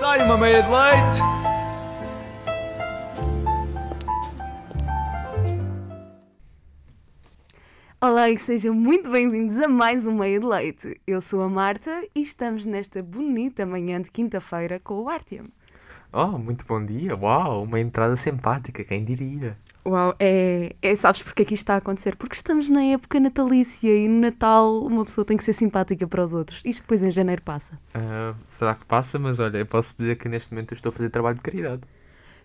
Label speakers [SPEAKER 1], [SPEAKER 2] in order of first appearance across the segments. [SPEAKER 1] time. I made it late.
[SPEAKER 2] Olá e sejam muito bem-vindos a mais um Meio de Leite. Eu sou a Marta e estamos nesta bonita manhã de quinta-feira com o Artyom.
[SPEAKER 3] Oh, muito bom dia. Uau, uma entrada simpática, quem diria?
[SPEAKER 2] Uau, é, é- Sabes porque é que isto está a acontecer? Porque estamos na época natalícia e no Natal uma pessoa tem que ser simpática para os outros. Isto depois em janeiro passa.
[SPEAKER 3] Ah, será que passa? Mas olha, eu posso dizer que neste momento eu estou a fazer trabalho de caridade.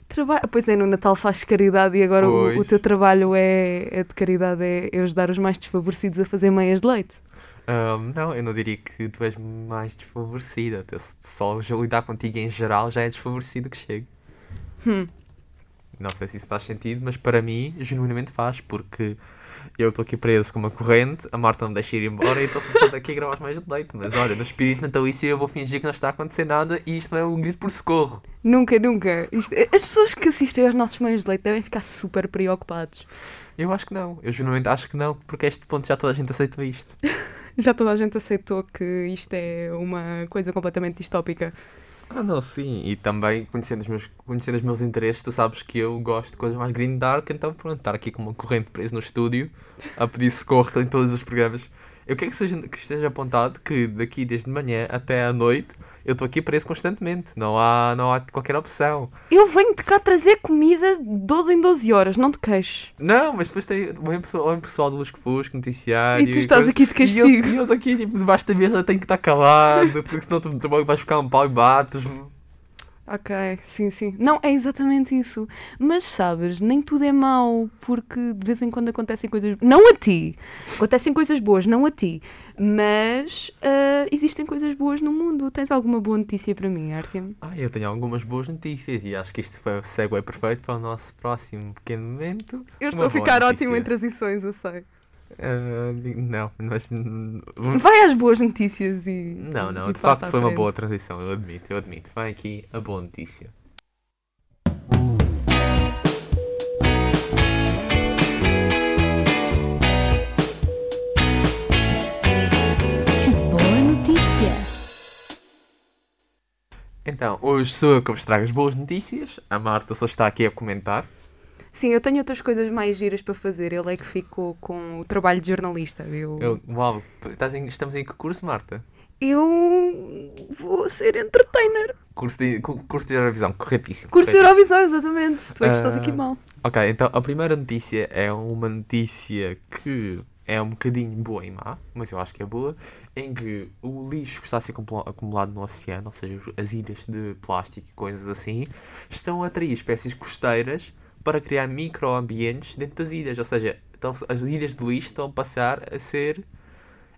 [SPEAKER 2] Traba... Pois é, no Natal fazes caridade e agora o,
[SPEAKER 3] Pois.
[SPEAKER 2] o teu trabalho é, é de caridade, é, é ajudar os mais desfavorecidos a fazer meias de leite.
[SPEAKER 3] Ah, não, eu não diria que tu és mais desfavorecida. Eu s- só já lidar contigo em geral já é desfavorecido que chego. Não sei se isso faz sentido, mas para mim, genuinamente faz, porque eu estou aqui preso com uma corrente, a Marta não me deixa ir embora e estou só aqui a gravar mais de leite. Mas olha, no espírito natalício eu vou fingir que não está a acontecer nada e isto é um grito por socorro.
[SPEAKER 2] Nunca, nunca. Isto- As pessoas que assistem aos nossos meios de leite devem ficar super preocupados.
[SPEAKER 3] Eu acho que não, eu genuinamente acho que não, porque a este ponto já toda a gente aceitou isto.
[SPEAKER 2] Já toda a gente aceitou que isto é uma coisa completamente distópica.
[SPEAKER 3] Ah, não, sim, e também conhecendo os meus, conhecendo os meus interesses, tu sabes que eu gosto de coisas mais green dark, então pronto, estar aqui com uma corrente presa no estúdio a pedir socorro em todos os programas. Eu quero que, seja, que esteja apontado que daqui desde de manhã até à noite eu estou aqui preso constantemente, não há, não há qualquer opção.
[SPEAKER 2] Eu venho de cá trazer comida de 12 em 12 horas, não te queixes.
[SPEAKER 3] Não, mas depois tem o mesmo pessoal, o mesmo pessoal do Lusco Fusco, noticiário.
[SPEAKER 2] E tu estás
[SPEAKER 3] coisas.
[SPEAKER 2] aqui de
[SPEAKER 3] E eu-
[SPEAKER 2] castigo.
[SPEAKER 3] E eu estou aqui tipo, debaixo da mesa, tenho que estar calado, porque senão tu, tu vais ficar um pau e bates-me.
[SPEAKER 2] Ok, sim, sim. Não, é exatamente isso. Mas sabes, nem tudo é mau, porque de vez em quando acontecem coisas. Não a ti! Acontecem coisas boas, não a ti. Mas ah, existem coisas boas no mundo. Tens alguma boa notícia para mim, Artem?
[SPEAKER 3] Ah, eu tenho algumas boas notícias e acho que isto foi o segue perfeito para o nosso próximo pequeno momento.
[SPEAKER 2] Eu estou
[SPEAKER 3] Uma
[SPEAKER 2] a ficar
[SPEAKER 3] boa
[SPEAKER 2] ótimo em
[SPEAKER 3] notícia.
[SPEAKER 2] transições, eu sei.
[SPEAKER 3] Ah, di- não, mas. hum,
[SPEAKER 2] Vai às boas notícias e.
[SPEAKER 3] Não, não,
[SPEAKER 2] e
[SPEAKER 3] de
[SPEAKER 2] passa
[SPEAKER 3] facto
[SPEAKER 2] à
[SPEAKER 3] foi uma
[SPEAKER 2] frente.
[SPEAKER 3] boa transição, eu admito, eu admito. Vem aqui a boa notícia.
[SPEAKER 4] Que boa notícia!
[SPEAKER 3] Então, hoje sou eu que vos trago as boas notícias. A Marta só está aqui a comentar.
[SPEAKER 2] Sim, eu tenho outras coisas mais giras para fazer. Ele é que ficou com o trabalho de jornalista. Eu, eu...
[SPEAKER 3] Eu, uau, estás em- estamos em que curso, Marta?
[SPEAKER 2] vou ser entertainer.
[SPEAKER 3] Curso de, cu- curso de Eurovisão, corretíssimo.
[SPEAKER 2] Curso de
[SPEAKER 3] corretíssimo.
[SPEAKER 2] Eurovisão, exatamente. Tu é que estás aqui
[SPEAKER 3] Ah.
[SPEAKER 2] mal.
[SPEAKER 3] Ok, então a primeira notícia é uma notícia que é um bocadinho boa e má, mas eu acho que é boa, em que o lixo que está a ser acumula- acumulado no oceano, ou seja, os- as ilhas de plástico e coisas assim, estão a atrair espécies costeiras para criar microambientes dentro das ilhas, ou seja, estão- as ilhas de lixo estão a passar a ser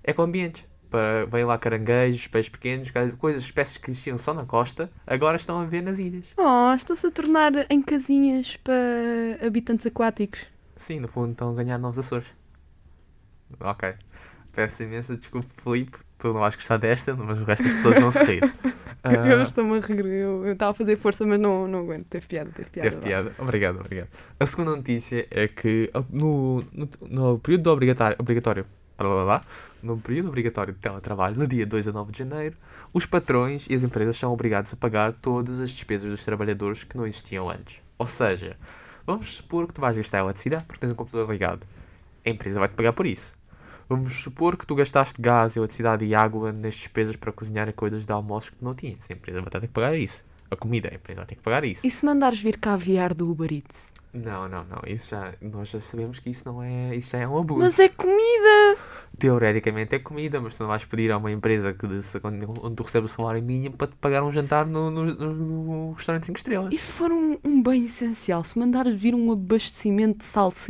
[SPEAKER 3] ecoambientes. Para, vêm lá caranguejos, peixes pequenos, ca- coisas, espécies que existiam só na costa, agora estão a ver nas ilhas.
[SPEAKER 2] Oh, estão-se a tornar em casinhas para habitantes aquáticos.
[SPEAKER 3] Sim, no fundo estão a ganhar novos Açores. Ok. Peço imensa desculpa, Filipe. Tu não vais gostar desta, mas o resto das pessoas vão se rir. Ah,
[SPEAKER 2] Eu estou-me a rir. Eu eu estava a fazer força, mas não, não aguento. Teve piada, teve piada.
[SPEAKER 3] Teve
[SPEAKER 2] vá.
[SPEAKER 3] piada. Obrigado, obrigado. A segunda notícia é que ah, no, no, no período obrigatório, obrigatório blá, blá, blá, no período obrigatório de teletrabalho, no dia 2 a 9 de janeiro, os patrões e as empresas são obrigados a pagar todas as despesas dos trabalhadores que não existiam antes. Ou seja, vamos supor que tu vais gastar eletricidade porque tens um computador ligado. A empresa vai-te pagar por isso. Vamos supor que tu gastaste gás, eletricidade e água nas despesas para cozinhar coisas de almoço que tu não tinhas. A empresa vai ter que pagar isso. A comida, a empresa vai ter que pagar isso.
[SPEAKER 2] E se mandares vir caviar do Uber Eats?
[SPEAKER 3] Não, não, não. Isso já, nós já sabemos que isso não é, isso já é um abuso.
[SPEAKER 2] Mas é comida!
[SPEAKER 3] Teoreticamente é comida, mas tu não vais pedir a uma empresa que de- se- onde onde tu recebes o salário mínimo para te pagar um jantar no, no, no- no restaurante 5 estrelas.
[SPEAKER 2] E se for um, um bem essencial? Se mandares vir um abastecimento de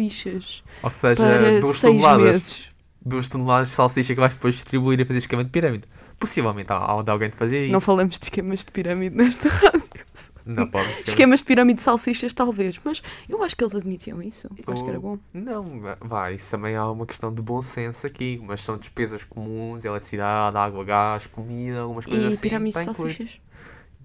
[SPEAKER 2] salsichas
[SPEAKER 3] Ou seja,
[SPEAKER 2] para
[SPEAKER 3] eh, duas
[SPEAKER 2] seis
[SPEAKER 3] toneladas.
[SPEAKER 2] meses?
[SPEAKER 3] Duas toneladas de salsicha que vais depois distribuir e fazer esquema de pirâmide. Possivelmente há, há de alguém de fazer isso.
[SPEAKER 2] Não falamos de esquemas de pirâmide nesta rádio.
[SPEAKER 3] Não pode. esquema-
[SPEAKER 2] Esquemas de pirâmide de salsichas, talvez, mas eu acho que eles admitiam isso. Eu acho que era
[SPEAKER 3] Eu-
[SPEAKER 2] bom.
[SPEAKER 3] Não, va- vai, isso também há uma questão de bom senso aqui, mas são despesas comuns, eletricidade, água, gás, comida, algumas
[SPEAKER 2] E
[SPEAKER 3] coisas assim.
[SPEAKER 2] pirâmides de
[SPEAKER 3] bem coisas.
[SPEAKER 2] salsichas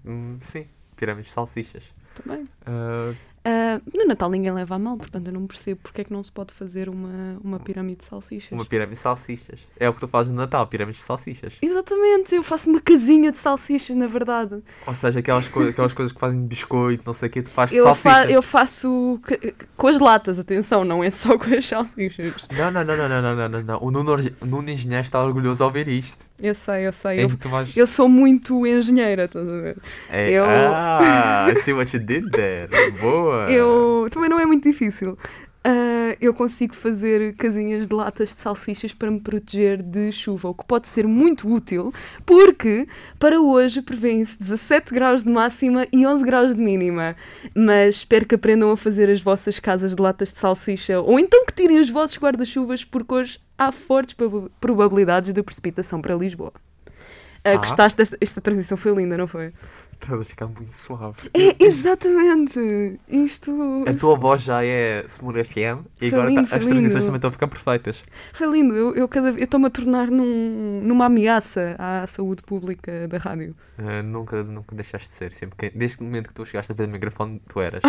[SPEAKER 3] Hum, sim, pirâmides de salsichas.
[SPEAKER 2] também.
[SPEAKER 3] Ah,
[SPEAKER 2] Ah, no Natal ninguém leva a mal, portanto eu não percebo porque é que não se pode fazer uma, uma pirâmide de salsichas.
[SPEAKER 3] Uma pirâmide de salsichas. É o que tu fazes no Natal, pirâmides de salsichas.
[SPEAKER 2] Exatamente, eu faço uma casinha de salsichas, na verdade.
[SPEAKER 3] Ou seja, aquelas, co aquelas coisas que fazem de biscoito, não sei o quê, tu fazes de
[SPEAKER 2] Eu, fa-
[SPEAKER 3] salsicha.
[SPEAKER 2] eu faço ca- com as latas, atenção, não é só com as salsichas.
[SPEAKER 3] Não, não, não, não, não, não, não, não, não. O Nuno, Orge- Nuno Engenheiro está orgulhoso ao ver isto.
[SPEAKER 2] Eu sei, eu sei.
[SPEAKER 3] É
[SPEAKER 2] Eu,
[SPEAKER 3] que tu vais-
[SPEAKER 2] eu sou muito engenheira, estás a ver?
[SPEAKER 3] É,
[SPEAKER 2] eu-
[SPEAKER 3] Ah, I see what you did there. Boa.
[SPEAKER 2] Eu também não é muito difícil. Ah, eu consigo fazer casinhas de latas de salsichas para me proteger de chuva, o que pode ser muito útil, porque para hoje prevêem-se 17 graus de máxima e 11 graus de mínima. Mas espero que aprendam a fazer as vossas casas de latas de salsicha ou então que tirem os vossos guarda-chuvas, porque hoje há fortes proba- probabilidades de precipitação para Lisboa. Ah,
[SPEAKER 3] Ah.
[SPEAKER 2] Gostaste desta esta transição? Foi linda, não foi?
[SPEAKER 3] Estás a ficar muito suave.
[SPEAKER 2] É, exatamente! Isto.
[SPEAKER 3] A tua voz já é Smooth FM e
[SPEAKER 2] Foi
[SPEAKER 3] agora tá-
[SPEAKER 2] lindo, foi
[SPEAKER 3] as transições
[SPEAKER 2] lindo.
[SPEAKER 3] também estão a ficar perfeitas.
[SPEAKER 2] Foi lindo, eu eu cada- eu estou-me a tornar num- numa ameaça à saúde pública da rádio.
[SPEAKER 3] Ah, nunca, nunca deixaste de ser, sempre. que- desde o momento que tu chegaste a ver o microfone, tu eras.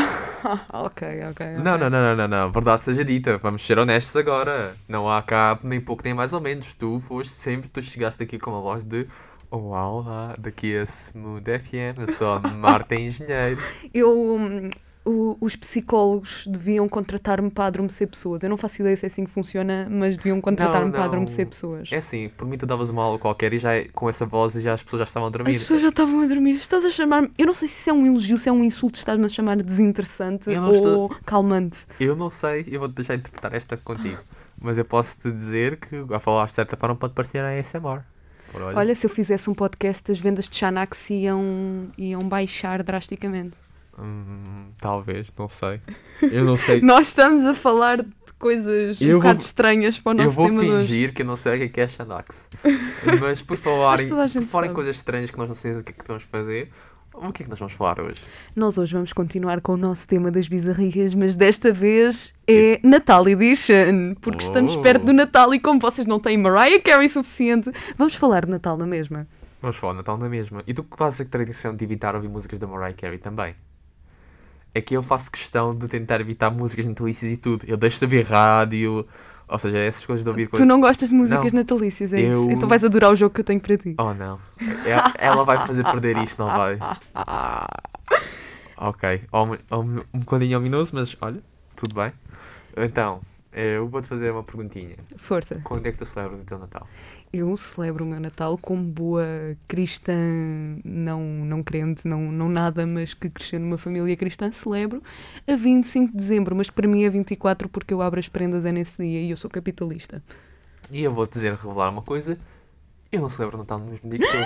[SPEAKER 2] Ah, ok, ok.
[SPEAKER 3] não, não, não, não, não, não. Verdade seja dita, vamos ser honestos agora. Não há cá nem pouco nem mais ou menos. Tu foste sempre, tu chegaste aqui com a voz de. Olá, olá, daqui a Smooth FM, eu sou a Marta Engenheiro.
[SPEAKER 2] Eu, hum, o- os psicólogos deviam contratar-me para adormecer pessoas. Eu não faço ideia se é assim que funciona, mas deviam contratar-me
[SPEAKER 3] Não,
[SPEAKER 2] para
[SPEAKER 3] não.
[SPEAKER 2] adormecer pessoas.
[SPEAKER 3] É assim, por mim tu davas uma aula qualquer e já é- com essa voz e já as pessoas já estavam a dormir.
[SPEAKER 2] As pessoas já estavam a dormir. Estás a chamar-me. Eu não sei se isso é um elogio, se é um insulto, estás-me a chamar desinteressante
[SPEAKER 3] Eu não
[SPEAKER 2] ou
[SPEAKER 3] estou-
[SPEAKER 2] calmante.
[SPEAKER 3] Eu não sei, eu vou deixar interpretar esta contigo. Mas eu posso te dizer que a falar de certa forma pode parecer a ASMR. Por olho.
[SPEAKER 2] Olha, se eu fizesse um podcast, as vendas de Xanax iam, iam baixar drasticamente.
[SPEAKER 3] Hum, talvez, não sei. Eu não sei.
[SPEAKER 2] Nós estamos a falar de coisas
[SPEAKER 3] Eu
[SPEAKER 2] um bocado
[SPEAKER 3] vou-
[SPEAKER 2] estranhas para o nosso
[SPEAKER 3] eu vou
[SPEAKER 2] tema de hoje.
[SPEAKER 3] fingir que eu não sei o que é que é Xanax. Mas por falar
[SPEAKER 2] Mas
[SPEAKER 3] em,
[SPEAKER 2] toda a
[SPEAKER 3] por
[SPEAKER 2] gente
[SPEAKER 3] falar em
[SPEAKER 2] sabe.
[SPEAKER 3] coisas estranhas que nós não sabemos o que é que vamos fazer, o que é que nós vamos falar hoje?
[SPEAKER 2] Nós hoje vamos continuar com o nosso tema das bizarrias, mas desta vez é Natal Edition, porque estamos
[SPEAKER 3] Oh.
[SPEAKER 2] perto do Natal e como vocês não têm Mariah Carey suficiente, vamos falar de Natal na mesma.
[SPEAKER 3] Vamos falar de Natal na mesma. E tu que fazes a tradição de evitar ouvir músicas da Mariah Carey também. É que eu faço questão de tentar evitar músicas natalícias e tudo. Eu deixo de ouvir rádio, ou seja, essas coisas de ouvir
[SPEAKER 2] Tu
[SPEAKER 3] coisas.
[SPEAKER 2] não gostas de músicas
[SPEAKER 3] Não.
[SPEAKER 2] natalícias, é
[SPEAKER 3] Eu-
[SPEAKER 2] isso? Então vais adorar o jogo que eu tenho para ti.
[SPEAKER 3] Oh não. E- Ela vai me fazer perder isto, não vai?
[SPEAKER 2] Ah,
[SPEAKER 3] Ok. Hom- hom- Um bocadinho ominoso, mas olha, tudo bem. Então, eh, eu vou-te fazer uma perguntinha.
[SPEAKER 2] Força.
[SPEAKER 3] Quando é que tu celebras o teu Natal?
[SPEAKER 2] Eu celebro o meu Natal como boa cristã, não, não crente, não, não nada, mas que cresceu numa família cristã, celebro a 25 de dezembro, mas para mim é 24 porque eu abro as prendas é nesse dia e eu sou capitalista.
[SPEAKER 3] E eu vou-te dizer, revelar uma coisa. Eu não celebro o Natal no mesmo dia que tu.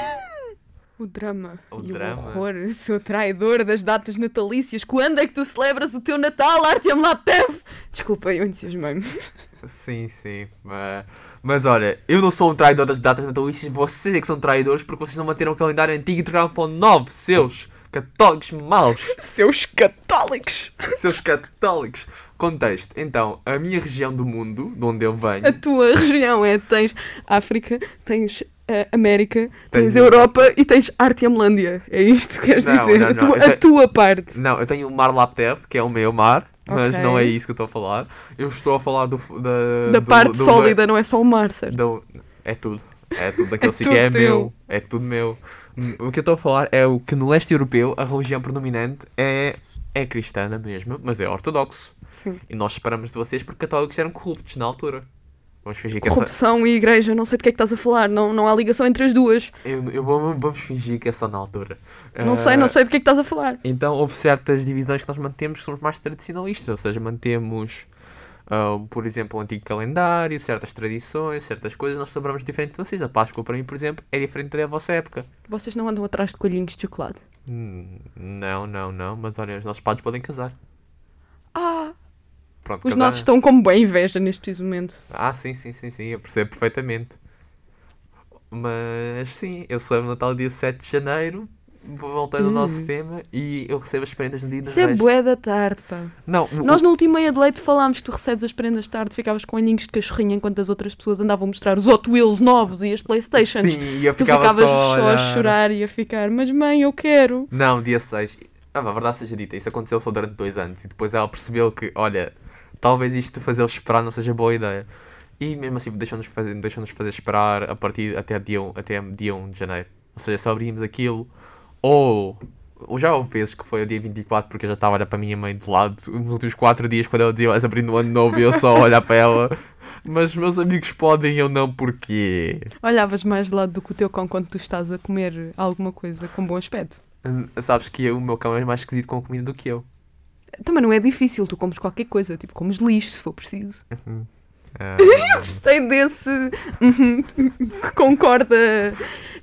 [SPEAKER 2] O drama
[SPEAKER 3] O
[SPEAKER 2] e
[SPEAKER 3] drama.
[SPEAKER 2] o horror, seu traidor das datas natalícias, quando é que tu celebras o teu Natal, Artyom Laptev? Desculpa, eu entusiasmei-me.
[SPEAKER 3] Sim, sim. Mas, mas olha, eu não sou um traidor das datas natalícias. Vocês é que são traidores porque vocês não manteram o calendário antigo e trocaram para o novo. Seus católicos maus.
[SPEAKER 2] Seus católicos!
[SPEAKER 3] Seus católicos. Contexto. Então, a minha região do mundo, de onde eu venho...
[SPEAKER 2] A tua região é, tens África, tens eh, América, tens
[SPEAKER 3] Tens
[SPEAKER 2] Europa e tens Artiamlândia. É isto que queres
[SPEAKER 3] Não,
[SPEAKER 2] dizer?
[SPEAKER 3] não, não,
[SPEAKER 2] a,
[SPEAKER 3] é
[SPEAKER 2] tua,
[SPEAKER 3] eu
[SPEAKER 2] a
[SPEAKER 3] te-
[SPEAKER 2] tua parte.
[SPEAKER 3] Não, eu tenho o Mar Laptev, que é o meu mar, mas
[SPEAKER 2] Ok.
[SPEAKER 3] não é isso que eu estou a falar. Eu estou a falar do... f- Da,
[SPEAKER 2] da
[SPEAKER 3] do-
[SPEAKER 2] parte
[SPEAKER 3] do-
[SPEAKER 2] sólida, não é só o mar, certo?
[SPEAKER 3] Não, é tudo. É tudo daquele
[SPEAKER 2] É
[SPEAKER 3] sítio. É
[SPEAKER 2] tudo
[SPEAKER 3] meu. É tudo meu. Hum, O que eu estou a falar é o que no leste europeu a religião predominante é, é cristã mesmo, mas é ortodoxo.
[SPEAKER 2] Sim.
[SPEAKER 3] E nós separamos de vocês porque católicos eram corruptos na altura. Vamos fingir que é essa.
[SPEAKER 2] Corrupção e igreja, não sei de que é que estás a falar, não, não há ligação entre as duas.
[SPEAKER 3] Eu, eu, vou- vamos fingir que é só na altura. Ah,
[SPEAKER 2] Não sei,
[SPEAKER 3] Eh,
[SPEAKER 2] não sei de que é que estás a falar.
[SPEAKER 3] Então houve certas divisões que nós mantemos que somos mais tradicionalistas, ou seja, mantemos, ah, por exemplo, o antigo calendário, certas tradições, certas coisas, nós celebramos diferente de vocês. A Páscoa, para mim, por exemplo, é diferente da vossa época.
[SPEAKER 2] Vocês não andam atrás de colhinhos de chocolate.
[SPEAKER 3] Hum, Não, não, não, mas olha, os nossos padres podem casar.
[SPEAKER 2] Ah,
[SPEAKER 3] Pronto,
[SPEAKER 2] os
[SPEAKER 3] casar.
[SPEAKER 2] nossos estão com bem inveja neste preciso momento.
[SPEAKER 3] Ah, sim, sim, sim, sim, eu percebo perfeitamente. Mas sim, eu celebro o Natal dia 7 de janeiro, voltando ao nosso tema, e eu recebo as prendas no dia das
[SPEAKER 2] Hum. Isso é
[SPEAKER 3] reis.
[SPEAKER 2] bué da tarde, pá.
[SPEAKER 3] Não, o-
[SPEAKER 2] Nós no último meia de leite falámos que tu recebes as prendas tarde, ficavas com olhinhos de cachorrinho enquanto as outras pessoas andavam a mostrar os Hot Wheels novos e as Playstations.
[SPEAKER 3] Sim, e eu
[SPEAKER 2] tu
[SPEAKER 3] ficava
[SPEAKER 2] ficavas
[SPEAKER 3] só a
[SPEAKER 2] só a
[SPEAKER 3] olhar.
[SPEAKER 2] chorar e a ficar, mas mãe, eu quero.
[SPEAKER 3] Não, dia 6. Ah, mas a verdade seja dita, isso aconteceu só durante dois anos e depois ela percebeu que, olha, talvez isto de fazê-los esperar não seja boa ideia. E mesmo assim deixou-nos fazer, deixou fazer esperar a partir até dia, um- até dia 1 de janeiro. Ou seja, só abrimos aquilo ou. ou já houve vezes que foi o dia 24 porque eu já estava a olhar para a minha mãe de lado nos últimos 4 dias quando ela dizia vais abrir no ano novo e eu só a olhar para ela. Mas meus amigos podem e eu não porquê.
[SPEAKER 2] Olhavas mais de lado do que o teu cão quando tu estás a comer alguma coisa com bom aspecto.
[SPEAKER 3] Hum, Sabes que eu- o meu cão é mais esquisito com comida do que eu.
[SPEAKER 2] Também não é difícil, tu comes qualquer coisa, tipo, comes lixo se for preciso.
[SPEAKER 3] Ah,
[SPEAKER 2] Gostei desse. uhum, que concorda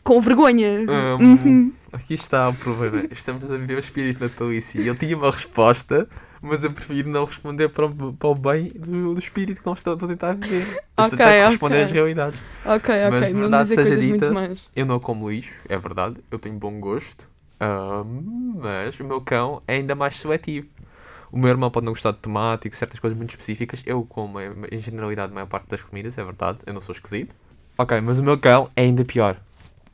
[SPEAKER 2] com vergonha.
[SPEAKER 3] hum,
[SPEAKER 2] Uhum.
[SPEAKER 3] aqui está o problema. Estamos a viver o espírito natalício. Eu tinha uma resposta, mas eu prefiro não responder para o, para o bem do, do espírito que nós estamos a tentar viver. Eu estou a
[SPEAKER 2] Ok,
[SPEAKER 3] tentar corresponder
[SPEAKER 2] ok.
[SPEAKER 3] às realidades.
[SPEAKER 2] Ok,
[SPEAKER 3] Mas
[SPEAKER 2] ok, não
[SPEAKER 3] verdade
[SPEAKER 2] dizer
[SPEAKER 3] seja
[SPEAKER 2] coisas
[SPEAKER 3] dita,
[SPEAKER 2] muito mais.
[SPEAKER 3] Eu não como lixo, é verdade. Eu tenho bom gosto. ah, mas o meu cão é ainda mais seletivo. O meu irmão pode não gostar de tomate e certas coisas muito específicas. Eu como, é, em em generalidade, a maior parte das comidas, é verdade. Eu não sou esquisito. Ok, mas o meu cão é ainda pior.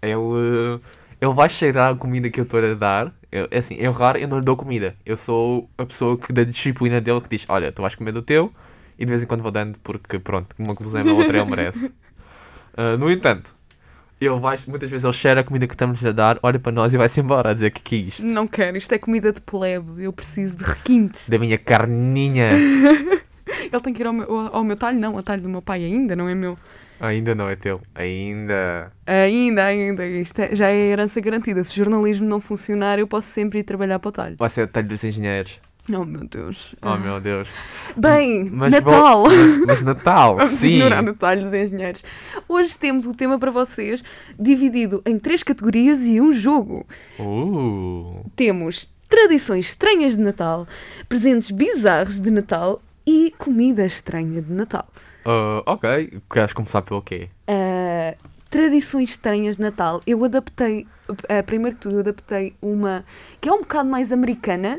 [SPEAKER 3] Ele, eh, ele vai cheirar a comida que eu estou a dar. Eu, é assim, eu raro, eu não lhe dou comida. Eu sou a pessoa que da disciplina dele que diz, olha, tu vais comer do teu e de vez em quando vou dando porque, pronto, uma conclusão é a outra ele merece. Ah, no entanto, ele vai, muitas vezes ele cheira a comida que estamos a dar, olha para nós e vai-se embora a dizer que que é isto.
[SPEAKER 2] Não quero, isto é comida de plebe, eu preciso de requinte.
[SPEAKER 3] Da minha carninha.
[SPEAKER 2] Ele tem que ir ao meu, ao meu talho, não, ao talho do meu pai ainda, não é meu.
[SPEAKER 3] Ainda não é teu. Ainda.
[SPEAKER 2] Ainda, ainda, isto é- já é herança garantida. Se o jornalismo não funcionar, eu posso sempre ir trabalhar para o talho.
[SPEAKER 3] Vai ser o talho dos engenheiros.
[SPEAKER 2] Oh meu Deus. Ah,
[SPEAKER 3] Oh meu Deus.
[SPEAKER 2] Bem,
[SPEAKER 3] Mas vou-
[SPEAKER 2] Natal!
[SPEAKER 3] Mas, mas Natal,
[SPEAKER 2] Vamos
[SPEAKER 3] sim.
[SPEAKER 2] ignorar o talho dos engenheiros. Hoje temos o tema para vocês dividido em três categorias e um jogo.
[SPEAKER 3] Uh.
[SPEAKER 2] Temos tradições estranhas de Natal, presentes bizarros de Natal e comida estranha de Natal.
[SPEAKER 3] Ah, ok, queres começar pelo quê?
[SPEAKER 2] Uh, tradições estranhas de Natal. Eu adaptei, uh, primeiro que tudo, eu adaptei uma que é um bocado mais americana,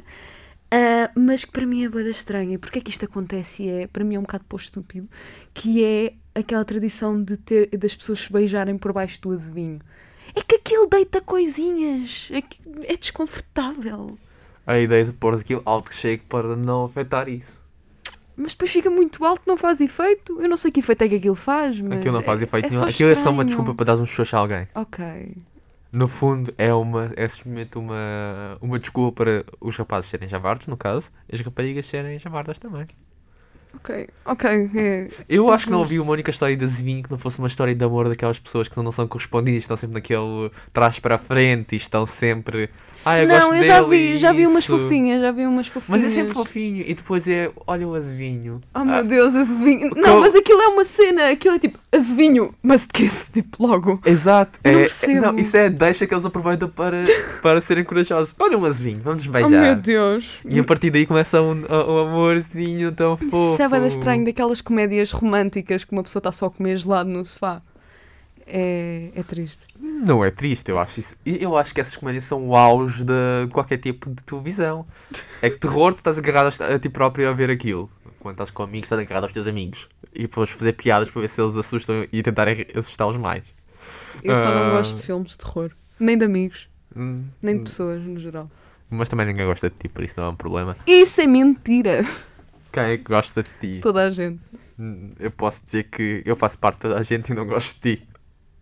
[SPEAKER 2] uh, mas que para mim é bada estranha. E Porquê é que isto acontece? E é, para mim é um bocado pô estúpido, que é aquela tradição de ter, das pessoas se beijarem por baixo do azevinho. É que aquilo deita coisinhas. É, que- é desconfortável.
[SPEAKER 3] A ideia de pôr aquilo alto que chegue para não afetar isso.
[SPEAKER 2] Mas depois fica muito alto, não faz efeito. Eu não sei que efeito é que aquilo faz, mas.
[SPEAKER 3] Aquilo não faz
[SPEAKER 2] é-
[SPEAKER 3] efeito
[SPEAKER 2] é
[SPEAKER 3] nenhum.
[SPEAKER 2] só
[SPEAKER 3] Aquilo é só uma
[SPEAKER 2] estranho.
[SPEAKER 3] desculpa para dar um xoxo a alguém.
[SPEAKER 2] Ok.
[SPEAKER 3] No fundo, é uma é simplesmente uma, uma desculpa para os rapazes serem javardos, no caso, e as raparigas serem javardas também.
[SPEAKER 2] Ok, ok. é-
[SPEAKER 3] Eu acho que não ouvi uma única história de Zivinho que não fosse uma história de amor daquelas pessoas que não são correspondidas, estão sempre naquele trás para a frente e estão sempre. Ah, eu gosto
[SPEAKER 2] não, eu já
[SPEAKER 3] dele",
[SPEAKER 2] vi, já vi umas
[SPEAKER 3] isso.
[SPEAKER 2] fofinhas, já vi umas fofinhas.
[SPEAKER 3] Mas é sempre fofinho. E depois é, olha o azevinho.
[SPEAKER 2] Oh meu Deus, azevinho.
[SPEAKER 3] eu-
[SPEAKER 2] Não, mas aquilo é uma cena, aquilo é tipo, azevinho, must kiss, tipo, logo.
[SPEAKER 3] Exato.
[SPEAKER 2] Eu não
[SPEAKER 3] É,
[SPEAKER 2] percebo.
[SPEAKER 3] não, isso é deixa que eles aproveitam para, para serem corajosos. Olha um azevinho, vamos
[SPEAKER 2] Oh meu
[SPEAKER 3] beijar.
[SPEAKER 2] Deus.
[SPEAKER 3] e a partir daí começa um, um amorzinho tão fofo.
[SPEAKER 2] Isso é bada estranho daquelas comédias românticas que uma pessoa está só a comer gelado no sofá. É, é triste.
[SPEAKER 3] Não é triste, eu acho isso. e Eu acho que essas comédias são o auge de qualquer tipo de televisão. É que terror, tu estás agarrado aos- a ti próprio a ver aquilo. Quando estás com amigos, estás agarrado aos teus amigos. E depois fazer piadas para ver se eles assustam e tentar assustá-los mais.
[SPEAKER 2] Eu só não
[SPEAKER 3] Ah.
[SPEAKER 2] gosto de filmes de terror. Nem de amigos,
[SPEAKER 3] Hum,
[SPEAKER 2] nem de pessoas no geral.
[SPEAKER 3] Mas também ninguém gosta de ti, por isso não é um problema.
[SPEAKER 2] Isso é mentira.
[SPEAKER 3] Quem é que gosta de ti?
[SPEAKER 2] Toda a gente.
[SPEAKER 3] Hum, Eu posso dizer que eu faço parte de toda a gente e não gosto de ti.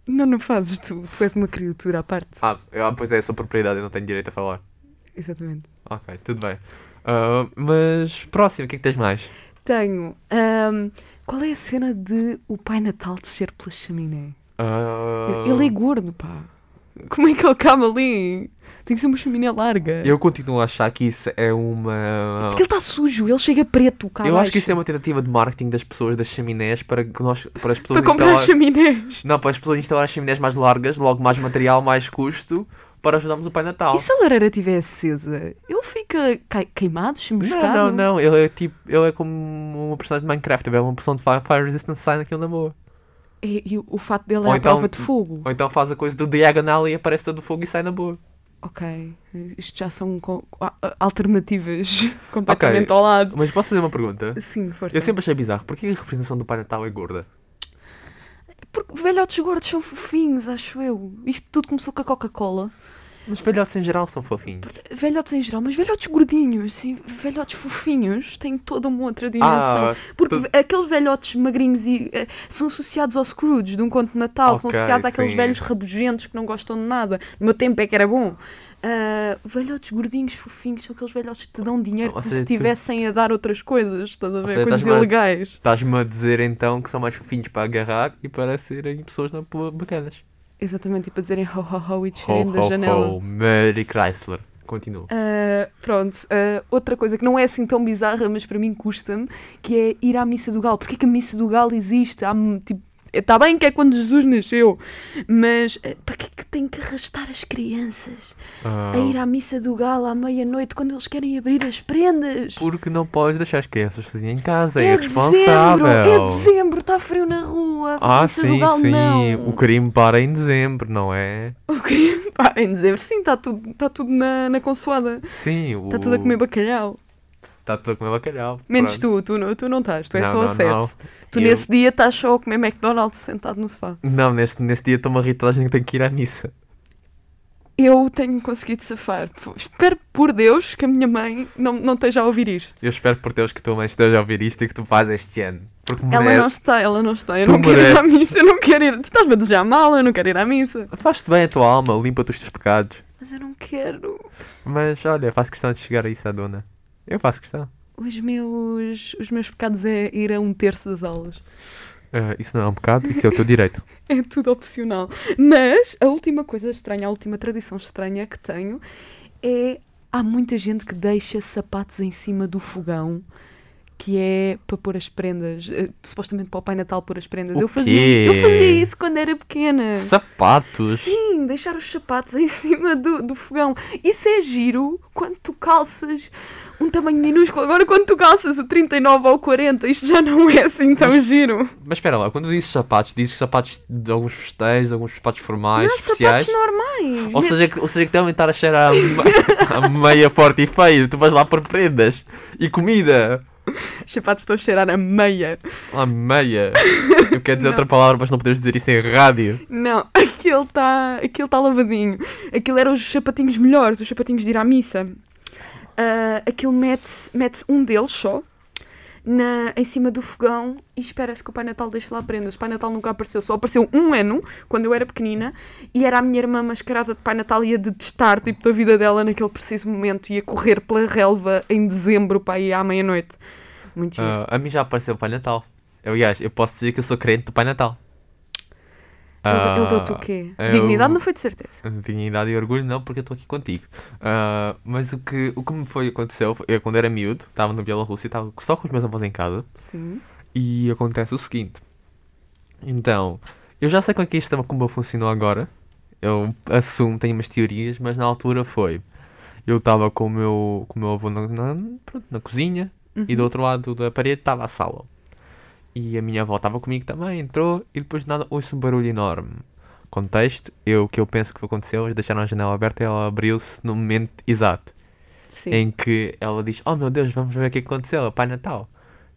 [SPEAKER 2] Não, não fazes tu. Tu és uma criatura à parte.
[SPEAKER 3] Ah, eu- ah, pois é, eu sou propriedade, eu não tenho direito a falar.
[SPEAKER 2] Exatamente.
[SPEAKER 3] Ok, tudo bem. Ah, mas próximo, o que é que tens mais?
[SPEAKER 2] Tenho. ahm, qual é a cena de o Pai Natal descer pela chaminé?
[SPEAKER 3] Ah,
[SPEAKER 2] Ele é gordo, pá. Como é que ele cabe ali? Tem que ser uma chaminé larga.
[SPEAKER 3] Eu continuo a achar que isso é uma.
[SPEAKER 2] Porque ele está sujo, ele chega preto cá
[SPEAKER 3] Eu acho que
[SPEAKER 2] abaixo.
[SPEAKER 3] isso é uma tentativa de marketing das pessoas das chaminés para que nós para as pessoas
[SPEAKER 2] Para comprar
[SPEAKER 3] instalar-
[SPEAKER 2] chaminés.
[SPEAKER 3] Não, para as pessoas instalarem chaminés mais largas, logo mais material, mais custo, para ajudarmos o Pai Natal.
[SPEAKER 2] E se a lareira estiver acesa? Ele fica cai- queimado, chamuscado?
[SPEAKER 3] Não, não, não. Ele é tipo. Ele é como uma personagem de Minecraft, é uma pessoa de Fire, fire Resistance sai naquilo na boa.
[SPEAKER 2] E, e o fato dele
[SPEAKER 3] Ou
[SPEAKER 2] é a
[SPEAKER 3] então-
[SPEAKER 2] prova de fogo.
[SPEAKER 3] Ou então faz a coisa do diagonal e aparece todo fogo e sai na boa.
[SPEAKER 2] Ok. Isto já são co- a- alternativas completamente ao lado.
[SPEAKER 3] Mas posso fazer uma pergunta?
[SPEAKER 2] Sim, força.
[SPEAKER 3] Eu sempre achei bizarro. Porquê a representação do Pai Natal é gorda?
[SPEAKER 2] Porque velhotes gordos são fofinhos, acho eu. Isto tudo começou com a Coca-Cola.
[SPEAKER 3] Mas velhotes em geral são fofinhos.
[SPEAKER 2] Velhotes em geral, mas velhotes gordinhos e velhotes fofinhos têm toda uma outra dimensão.
[SPEAKER 3] Ah,
[SPEAKER 2] Porque
[SPEAKER 3] tu-
[SPEAKER 2] ve- aqueles velhotes magrinhos e, eh, são associados aos Scrooge de um conto de Natal, são
[SPEAKER 3] Ok,
[SPEAKER 2] associados àqueles
[SPEAKER 3] sim.
[SPEAKER 2] velhos rabugentos que não gostam de nada. No meu tempo é que era bom. Ah, velhotes gordinhos, fofinhos, são aqueles velhotes que te dão dinheiro
[SPEAKER 3] Ou
[SPEAKER 2] como
[SPEAKER 3] seja,
[SPEAKER 2] se
[SPEAKER 3] tu-
[SPEAKER 2] estivessem a dar outras coisas, estás a
[SPEAKER 3] seja,
[SPEAKER 2] ver? Coisas
[SPEAKER 3] estás-me a-
[SPEAKER 2] ilegais.
[SPEAKER 3] Estás-me a dizer então que são mais fofinhos para agarrar e para serem pessoas não boa- bacanas.
[SPEAKER 2] Exatamente, tipo a dizerem ho ho ho e
[SPEAKER 3] Ho,
[SPEAKER 2] descerem da janela.
[SPEAKER 3] ho, ho, Mary Chrysler. Continua.
[SPEAKER 2] Ah, pronto, ah, outra coisa que não é assim tão bizarra, mas para mim custa-me, que é ir à Missa do Galo. Porquê que a Missa do Galo existe? Há, tipo, está bem que é quando Jesus nasceu, mas ah, para que é que tem que arrastar as crianças a ir à Missa do Galo à meia-noite quando eles querem abrir as prendas?
[SPEAKER 3] Porque não podes deixar as crianças sozinhas em casa, é,
[SPEAKER 2] dezembro,
[SPEAKER 3] irresponsável.
[SPEAKER 2] é dezembro, está frio na rua. a
[SPEAKER 3] Ah,
[SPEAKER 2] Missa do
[SPEAKER 3] sim,
[SPEAKER 2] Galo
[SPEAKER 3] sim.
[SPEAKER 2] não.
[SPEAKER 3] O crime para em dezembro, não é?
[SPEAKER 2] O que para em dezembro, sim, está tudo, está tudo na, na consoada.
[SPEAKER 3] Sim, o...
[SPEAKER 2] Está Tá tudo a comer bacalhau.
[SPEAKER 3] Está tudo a comer bacalhau.
[SPEAKER 2] Menos
[SPEAKER 3] pronto.
[SPEAKER 2] tu, tu não, tu não estás, tu és
[SPEAKER 3] Não,
[SPEAKER 2] só a
[SPEAKER 3] não,
[SPEAKER 2] sete.
[SPEAKER 3] não.
[SPEAKER 2] Tu
[SPEAKER 3] Eu-
[SPEAKER 2] nesse dia estás só a comer McDonald's sentado no sofá.
[SPEAKER 3] Não, neste, neste dia estou-me a rir, toda a gente tem que ir à missa.
[SPEAKER 2] Eu tenho conseguido safar. Pô, Espero por Deus que a minha mãe não, não esteja a ouvir isto.
[SPEAKER 3] Eu espero por Deus que tua mãe esteja a ouvir isto e que tu fazes este ano. Porque
[SPEAKER 2] Ela
[SPEAKER 3] merece.
[SPEAKER 2] não está, ela não está. Eu
[SPEAKER 3] Tu
[SPEAKER 2] não quero ir à
[SPEAKER 3] mereces.
[SPEAKER 2] missa, eu não quero ir. Tu estás-me a desejar mal, eu não quero ir à missa.
[SPEAKER 3] Faz-te bem a tua alma, limpa-te os teus pecados.
[SPEAKER 2] Mas eu não quero.
[SPEAKER 3] Mas olha, faço questão de chegar a isso à dona. Eu faço questão.
[SPEAKER 2] Os meus, os meus pecados é ir a um terço das aulas.
[SPEAKER 3] Ah, isso não é um pecado, isso é o teu direito.
[SPEAKER 2] É tudo opcional. Mas a última coisa estranha, a última tradição estranha que tenho é há muita gente que deixa sapatos em cima do fogão que é para pôr as prendas, eh, supostamente para o Pai Natal pôr as prendas.
[SPEAKER 3] O
[SPEAKER 2] Eu fazia, eu
[SPEAKER 3] quê?
[SPEAKER 2] fazia isso quando era pequena.
[SPEAKER 3] Sapatos.
[SPEAKER 2] Sim, deixar os sapatos em cima do, do fogão. Isso é giro quando tu calças um tamanho minúsculo. Agora, quando tu calças o 39 ou o 40, isto já não é assim tão giro.
[SPEAKER 3] Mas espera lá, quando dizes sapatos, dizes sapatos de alguns festejos, alguns sapatos formais,
[SPEAKER 2] Não,
[SPEAKER 3] especiais.
[SPEAKER 2] sapatos normais.
[SPEAKER 3] Ou
[SPEAKER 2] né?
[SPEAKER 3] seja, que, ou seja, que devem estar a cheirar a, me- a meia forte e feio. Tu vais lá por prendas e comida.
[SPEAKER 2] Os sapatos estão a cheirar a meia.
[SPEAKER 3] A meia. Eu quero dizer
[SPEAKER 2] Não.
[SPEAKER 3] outra palavra, mas não podemos dizer isso em rádio.
[SPEAKER 2] Não, aquele está aquele tá lavadinho. Aquilo eram os sapatinhos melhores, os sapatinhos de ir à missa. Ah, aquilo mete-se mete um deles só na, em cima do fogão e espera-se que o Pai Natal deixe lá prendas. O Pai Natal nunca apareceu, só apareceu um ano, quando eu era pequenina, e era a minha irmã mascarada de Pai Natal e a detestar tipo, da vida dela naquele preciso momento. Ia correr pela relva em dezembro para ir à meia-noite. Muito giro.
[SPEAKER 3] Ah, a mim já apareceu o Pai Natal. Aliás, eu posso dizer que eu sou crente do Pai Natal.
[SPEAKER 2] Ele- ele
[SPEAKER 3] Ah,
[SPEAKER 2] deu-te o quê?
[SPEAKER 3] eu-
[SPEAKER 2] Dignidade não foi de certeza.
[SPEAKER 3] dignidade e orgulho não, porque eu estou aqui contigo. Ah, mas o que, o que me foi aconteceu, foi- eu quando era miúdo, estava na Bielorrússia, estava só com os meus avós em casa,
[SPEAKER 2] Sim.
[SPEAKER 3] e acontece o seguinte. Então, eu já sei como é que isto como funcionou agora. Eu assumo, tenho umas teorias, mas na altura foi. Eu estava com o meu, com o meu avô na, na, pronto, na cozinha e do outro lado da parede estava a sala. E a minha avó estava comigo também, entrou e depois de nada ouço um barulho enorme. Contexto, eu o que eu penso que aconteceu, eles deixaram a janela aberta e ela abriu-se no momento exato
[SPEAKER 2] Sim.
[SPEAKER 3] em que ela diz: Oh meu Deus, vamos ver o que aconteceu, é Pai Natal.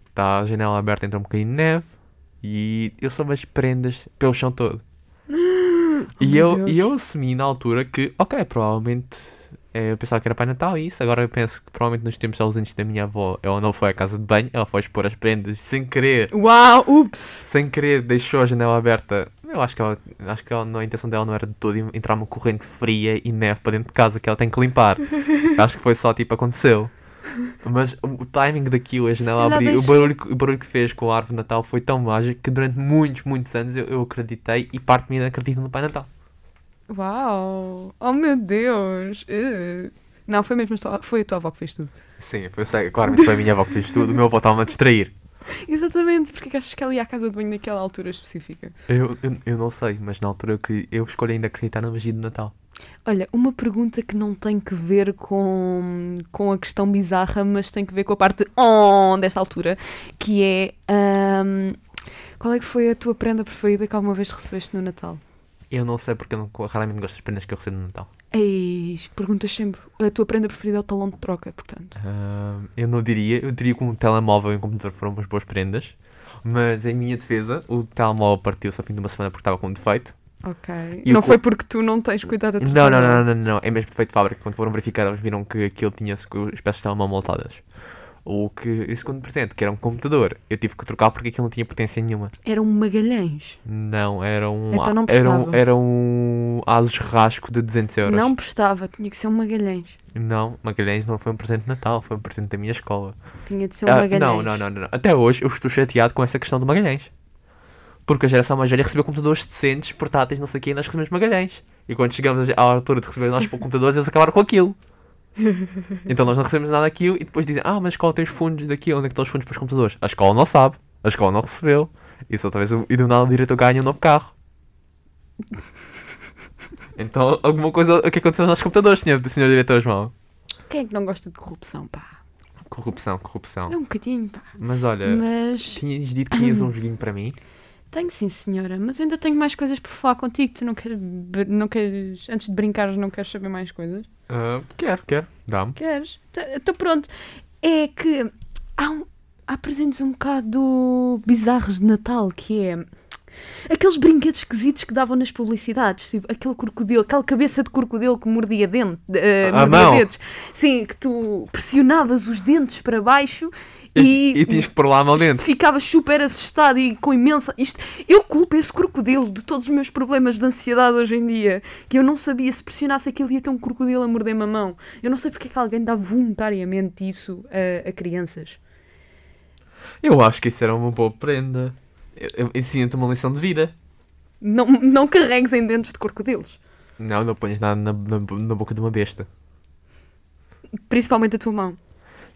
[SPEAKER 3] Está a janela aberta, entra um bocadinho de neve e eu só vejo prendas pelo chão todo. e,
[SPEAKER 2] Oh, meu
[SPEAKER 3] eu,
[SPEAKER 2] Deus.
[SPEAKER 3] e eu assumi na altura que, ok, provavelmente eh, eu pensava que era Pai Natal e isso. Agora eu penso que provavelmente nos tempos ausentes da minha avó ela não foi à casa de banho, ela foi expor as prendas sem querer.
[SPEAKER 2] Uau, ups!
[SPEAKER 3] Sem querer deixou a janela aberta. Eu acho que ela, acho que ela, não- a intenção dela não era de todo entrar uma corrente fria e neve para dentro de casa que ela tem que limpar. acho que foi só tipo aconteceu. Mas o o timing daquilo, a janela
[SPEAKER 2] calhar
[SPEAKER 3] abrir, o
[SPEAKER 2] deixa-
[SPEAKER 3] barulho, que- o barulho que fez com a árvore de Natal foi tão mágico que durante muitos, muitos anos eu, eu acreditei e parte de mim acredita no Pai Natal.
[SPEAKER 2] Uau! Oh meu Deus! Eh. Não, foi mesmo a tua, foi a tua avó que fez tudo.
[SPEAKER 3] Sim, eu sei, claro, foi a minha avó que fez tudo, o meu avô estava-me a distrair.
[SPEAKER 2] Exatamente, porque é que achas que ela ia à casa de banho naquela altura específica?
[SPEAKER 3] Eu, eu, eu não sei, mas na altura eu, acre- eu escolhi ainda acreditar na magia do Natal.
[SPEAKER 2] Olha, uma pergunta que não tem que ver com, com a questão bizarra, mas tem que ver com a parte on desta altura, que é ahm, qual é que foi a tua prenda preferida que alguma vez recebeste no Natal?
[SPEAKER 3] Eu não sei porque eu não, raramente gosto das prendas que eu recebo no Natal.
[SPEAKER 2] Eis, perguntas sempre. A tua prenda preferida é o talão de troca, portanto.
[SPEAKER 3] Ah, eu não diria, eu diria que um telemóvel e um computador foram umas boas prendas, mas em minha defesa, o telemóvel partiu-se ao fim de uma semana porque estava com um defeito
[SPEAKER 2] Ok.
[SPEAKER 3] E o
[SPEAKER 2] não
[SPEAKER 3] co-
[SPEAKER 2] foi porque tu não tens cuidado a
[SPEAKER 3] Não, não, não, não, não, não. É mesmo feito de fábrica. Quando foram verificar, eles viram que aquilo tinha que as peças estavam mal moldadas. O que o segundo presente, que era um computador, eu tive que trocar porque aquilo não tinha potência nenhuma.
[SPEAKER 2] Era um magalhães.
[SPEAKER 3] Não, era um.
[SPEAKER 2] Então não
[SPEAKER 3] era um,
[SPEAKER 2] prestava.
[SPEAKER 3] era um Asus Rasco de 200 euros.
[SPEAKER 2] Não prestava, tinha que ser um magalhães.
[SPEAKER 3] Não, Magalhães não foi um presente de Natal, foi um presente da minha escola.
[SPEAKER 2] Tinha de ser um
[SPEAKER 3] Ah,
[SPEAKER 2] magalhães.
[SPEAKER 3] não, não, não, não. não. Até hoje eu estou chateado com essa questão do Magalhães. Porque a geração mais velha recebeu computadores decentes, portáteis, não sei o quê, e nós recebemos Magalhães. E quando chegamos à altura de receber nós computadores, eles acabaram com aquilo. Então nós não recebemos nada daquilo e depois dizem, ah, mas a escola tem os fundos daqui, onde é que estão os fundos para os computadores? A escola não sabe, a escola não recebeu. E só talvez o- e do nada o diretor ganha um novo carro. Então, alguma coisa, o que aconteceu aos nossos computadores, senhor, senhor diretor João?
[SPEAKER 2] Quem é que não gosta de corrupção, pá?
[SPEAKER 3] Corrupção, corrupção.
[SPEAKER 2] É um bocadinho, pá.
[SPEAKER 3] Mas olha,
[SPEAKER 2] Mas
[SPEAKER 3] tinhas dito que tinhas um joguinho para mim.
[SPEAKER 2] tenho sim, senhora. Mas eu ainda tenho mais coisas para falar contigo. Tu não queres, be- não queres antes de brincar, não queres saber mais coisas?
[SPEAKER 3] Ah, quero, quero. Dá-me.
[SPEAKER 2] Queres? Estou pronto. É que há, um, há presentes um bocado bizarros de Natal, que é aqueles brinquedos esquisitos que davam nas publicidades, tipo aquele crocodilo, aquela cabeça de crocodilo que mordia, dente, eh,
[SPEAKER 3] Ah,
[SPEAKER 2] mordia
[SPEAKER 3] não.
[SPEAKER 2] dedos. Sim, que tu pressionavas os dentes para baixo e,
[SPEAKER 3] E, tinhas que pôr lá a mão
[SPEAKER 2] isto
[SPEAKER 3] dentro.
[SPEAKER 2] ficava super assustado e com imensa. Isto, eu culpo esse crocodilo de todos os meus problemas de ansiedade hoje em dia. Que eu não sabia se pressionasse aquilo ia ter um crocodilo a morder-me a mão. Eu não sei porque é que alguém dá voluntariamente isso a, a crianças.
[SPEAKER 3] Eu acho que isso era uma boa prenda. Eu- eu Ensina-te uma lição de vida.
[SPEAKER 2] Não, não carregues em dentes de crocodilos.
[SPEAKER 3] Não, não pões nada na, na, na boca de uma besta.
[SPEAKER 2] Principalmente a tua mão.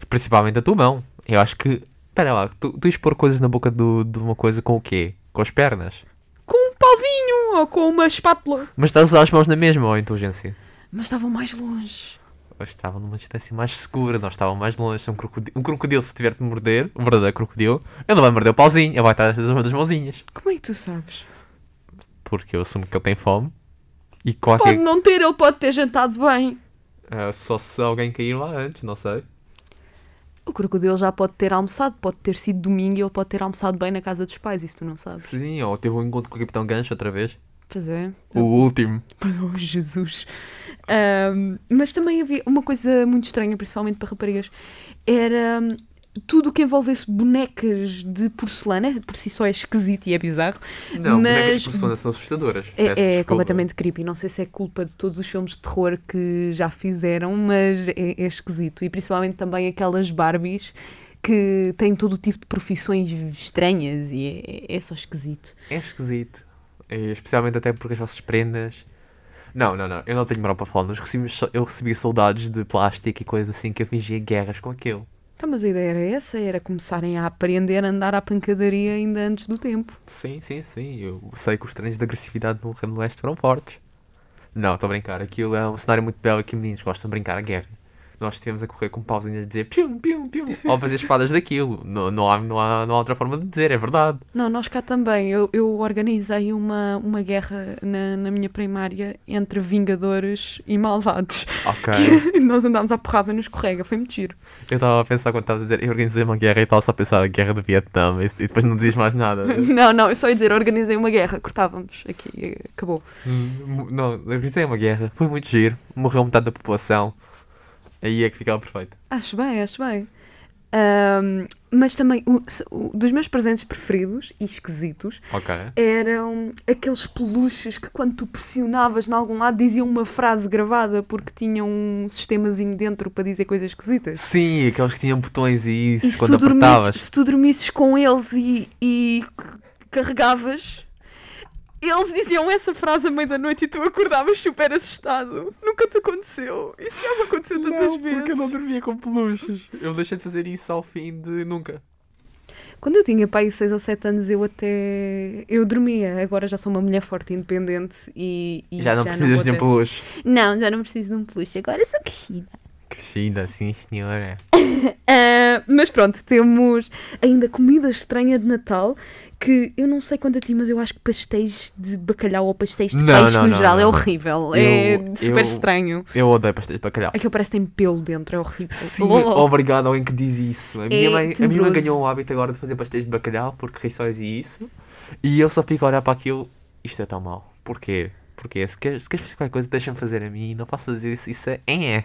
[SPEAKER 3] Principalmente a tua mão. Eu acho que. Pera lá, tu, tu ias pôr coisas na boca do- de uma coisa com o quê? Com as pernas.
[SPEAKER 2] Com um pauzinho ou com uma espátula.
[SPEAKER 3] Mas estás a usar as mãos na mesma, ó inteligência.
[SPEAKER 2] Mas estavam mais longe.
[SPEAKER 3] Eles estavam numa distância mais segura, nós estávamos mais longe. Um crocodilo, um crocodilo se tiver de morder, um verdadeiro crocodilo, ele não vai morder o pauzinho, ele vai estar das das mãozinhas.
[SPEAKER 2] Como é que tu sabes?
[SPEAKER 3] Porque eu assumo que ele tem fome. E qualquer.
[SPEAKER 2] Pode não ter, ele pode ter jantado bem.
[SPEAKER 3] Ah, só se alguém cair lá antes, não sei.
[SPEAKER 2] O crocodilo já pode ter almoçado, pode ter sido domingo e ele pode ter almoçado bem na casa dos pais, isso tu não sabes.
[SPEAKER 3] Sim, ou teve um encontro com o Capitão Gancho outra vez.
[SPEAKER 2] Pois é.
[SPEAKER 3] O último.
[SPEAKER 2] Oh, Jesus. Ahm, mas também havia uma coisa muito estranha, principalmente para raparigas, era hum, tudo o que envolvesse bonecas de porcelana, por si só é esquisito e é bizarro.
[SPEAKER 3] Não, é bonecas
[SPEAKER 2] mas
[SPEAKER 3] de persona são assustadoras. Peço
[SPEAKER 2] é, é
[SPEAKER 3] desculpa.
[SPEAKER 2] completamente creepy. Não sei se é culpa de todos os filmes de terror que já fizeram, mas é, é esquisito. E principalmente também aquelas Barbies que têm todo o tipo de profissões estranhas e é, é só esquisito.
[SPEAKER 3] É esquisito. É, especialmente até porque as vossas prendas. Não, não, não. Eu não tenho moral para falar. Nós recebemos só- eu recebi soldados de plástico e coisas assim que eu fingia guerras com aquilo.
[SPEAKER 2] Então, mas a ideia era essa, era começarem a aprender a andar à pancadaria ainda antes do tempo.
[SPEAKER 3] Sim, sim, sim. Eu sei que os treinos de agressividade no Reino do Leste foram fortes. Não, estou a brincar. Aquilo é um cenário muito belo e que meninos gostam de brincar a guerra. Nós estivemos a correr com pauzinhas a dizer pium, pium, pium, ou fazer espadas daquilo. Não, não, há, não, há, não há outra forma de dizer, é verdade.
[SPEAKER 2] Não, nós cá também. Eu, eu organizei uma, uma guerra na, na minha primária entre vingadores e malvados.
[SPEAKER 3] Ok.
[SPEAKER 2] Nós andámos à porrada no escorrega, foi muito giro.
[SPEAKER 3] eu estava a pensar quando estavas a dizer, eu organizei uma guerra e estava só a pensar a guerra do Vietnã e, e depois não dizias mais nada.
[SPEAKER 2] Não, não, eu só ia dizer, organizei uma guerra, cortávamos aqui, eh, acabou.
[SPEAKER 3] Hum, não, eu organizei uma guerra, foi muito giro, morreu metade da população. Aí é que ficava perfeito.
[SPEAKER 2] Acho bem, acho bem. Ahm, mas também, o- se- o- dos meus presentes preferidos e esquisitos,
[SPEAKER 3] Ok.
[SPEAKER 2] eram aqueles peluches que quando tu pressionavas em algum lado diziam uma frase gravada porque tinham um sistemazinho dentro para dizer coisas esquisitas.
[SPEAKER 3] Sim, aqueles que tinham botões e isso,
[SPEAKER 2] E se
[SPEAKER 3] quando
[SPEAKER 2] tu,
[SPEAKER 3] apertavas.
[SPEAKER 2] dormisses, se tu dormisses com eles e, e c- carregavas, eles diziam essa frase à meia-da-noite e tu acordavas super assustado. Nunca te aconteceu. Isso já me aconteceu tantas vezes.
[SPEAKER 3] dormia com peluches. Eu deixei de fazer isso ao fim de nunca.
[SPEAKER 2] Quando eu tinha pai 6 ou 7 anos, eu até. Eu dormia. Agora já sou uma mulher forte e independente e. e
[SPEAKER 3] já não precisas de um
[SPEAKER 2] acontece.
[SPEAKER 3] peluche.
[SPEAKER 2] Não, já não preciso de um peluche. Agora sou crescida.
[SPEAKER 3] Crescida, sim senhora.
[SPEAKER 2] Ah, mas pronto, temos ainda comida estranha de Natal que eu não sei quanto a ti, mas eu acho que pastéis de bacalhau ou pastéis de
[SPEAKER 3] Não,
[SPEAKER 2] peixe
[SPEAKER 3] não,
[SPEAKER 2] no
[SPEAKER 3] não,
[SPEAKER 2] geral é
[SPEAKER 3] não.
[SPEAKER 2] horrível. é
[SPEAKER 3] Eu-
[SPEAKER 2] super
[SPEAKER 3] eu-
[SPEAKER 2] estranho.
[SPEAKER 3] Eu odeio pastéis de bacalhau.
[SPEAKER 2] Aquilo parece que tem pelo dentro, é horrível.
[SPEAKER 3] Sim,
[SPEAKER 2] Oh,
[SPEAKER 3] obrigado a alguém que diz isso. A minha,
[SPEAKER 2] É
[SPEAKER 3] mãe, a minha mãe
[SPEAKER 2] tenebroso.
[SPEAKER 3] ganhou o hábito agora de fazer pastéis de bacalhau porque rissóis e isso. E eu só fico a olhar para aquilo. Isto é tão mau. Porquê? Porquê? Se queres, se queres fazer qualquer coisa, deixa-me fazer a mim. Não faças isso. Isso é. É.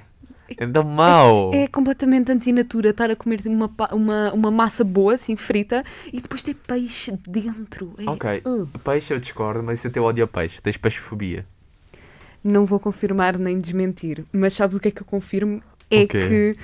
[SPEAKER 3] É tão mau.
[SPEAKER 2] É completamente antinatura estar a comer uma, pa- uma, uma massa boa, assim, frita, e depois ter peixe dentro. É,
[SPEAKER 3] Ok.
[SPEAKER 2] uh.
[SPEAKER 3] Peixe eu discordo, mas isso é teu ódio a peixe. Tens peixefobia.
[SPEAKER 2] Não vou confirmar nem desmentir, mas sabes o que é que eu confirmo? É
[SPEAKER 3] O quê?
[SPEAKER 2] que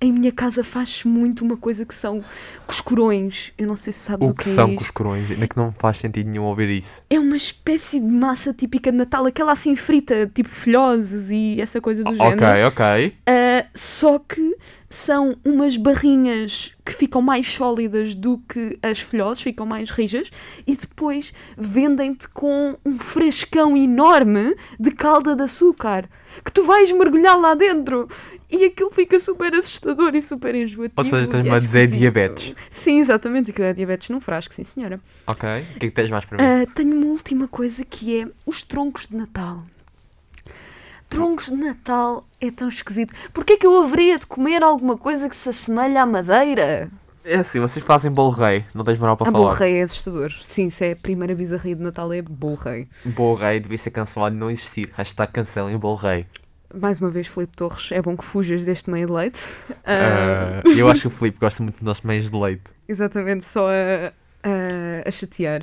[SPEAKER 2] em minha casa faz muito uma coisa que são coscorões. Eu não sei se sabes o,
[SPEAKER 3] O que são
[SPEAKER 2] é isto.
[SPEAKER 3] coscorões? Ainda que não faz sentido nenhum ouvir isso.
[SPEAKER 2] É uma espécie de massa típica de Natal, aquela assim frita, tipo filhoses e essa coisa do género.
[SPEAKER 3] Ok, ok.
[SPEAKER 2] Uh, só que são umas barrinhas que ficam mais sólidas do que as folhosas, ficam mais rijas, e depois vendem-te com um frescão enorme de calda de açúcar, que tu vais mergulhar lá dentro. E aquilo fica super assustador e super enjoativo.
[SPEAKER 3] Ou seja,
[SPEAKER 2] e é
[SPEAKER 3] estás-me a dizer
[SPEAKER 2] esquisito.
[SPEAKER 3] diabetes.
[SPEAKER 2] Sim, exatamente, aquilo é diabetes num frasco, sim senhora.
[SPEAKER 3] Ok. O que é que tens mais para mim?
[SPEAKER 2] Ah, tenho uma última coisa que é os troncos de Natal. Troncos de Natal é tão esquisito. Porquê é que eu haveria de comer alguma coisa que se assemelha à madeira?
[SPEAKER 3] É assim, vocês fazem bolo rei. Não tens moral para
[SPEAKER 2] a bolo
[SPEAKER 3] falar.
[SPEAKER 2] rei é assustador. Sim, se é a primeira bizarria de Natal é bolo rei.
[SPEAKER 3] Bolo rei devia ser cancelado e não existir. Hashtag cancelem o bolo rei.
[SPEAKER 2] Mais uma vez, Filipe Torres, é bom que fujas deste meio de leite. Ah,
[SPEAKER 3] Ah, eu acho que o Filipe gosta muito dos nossos meios de leite.
[SPEAKER 2] Exatamente, só a, a, a chatear.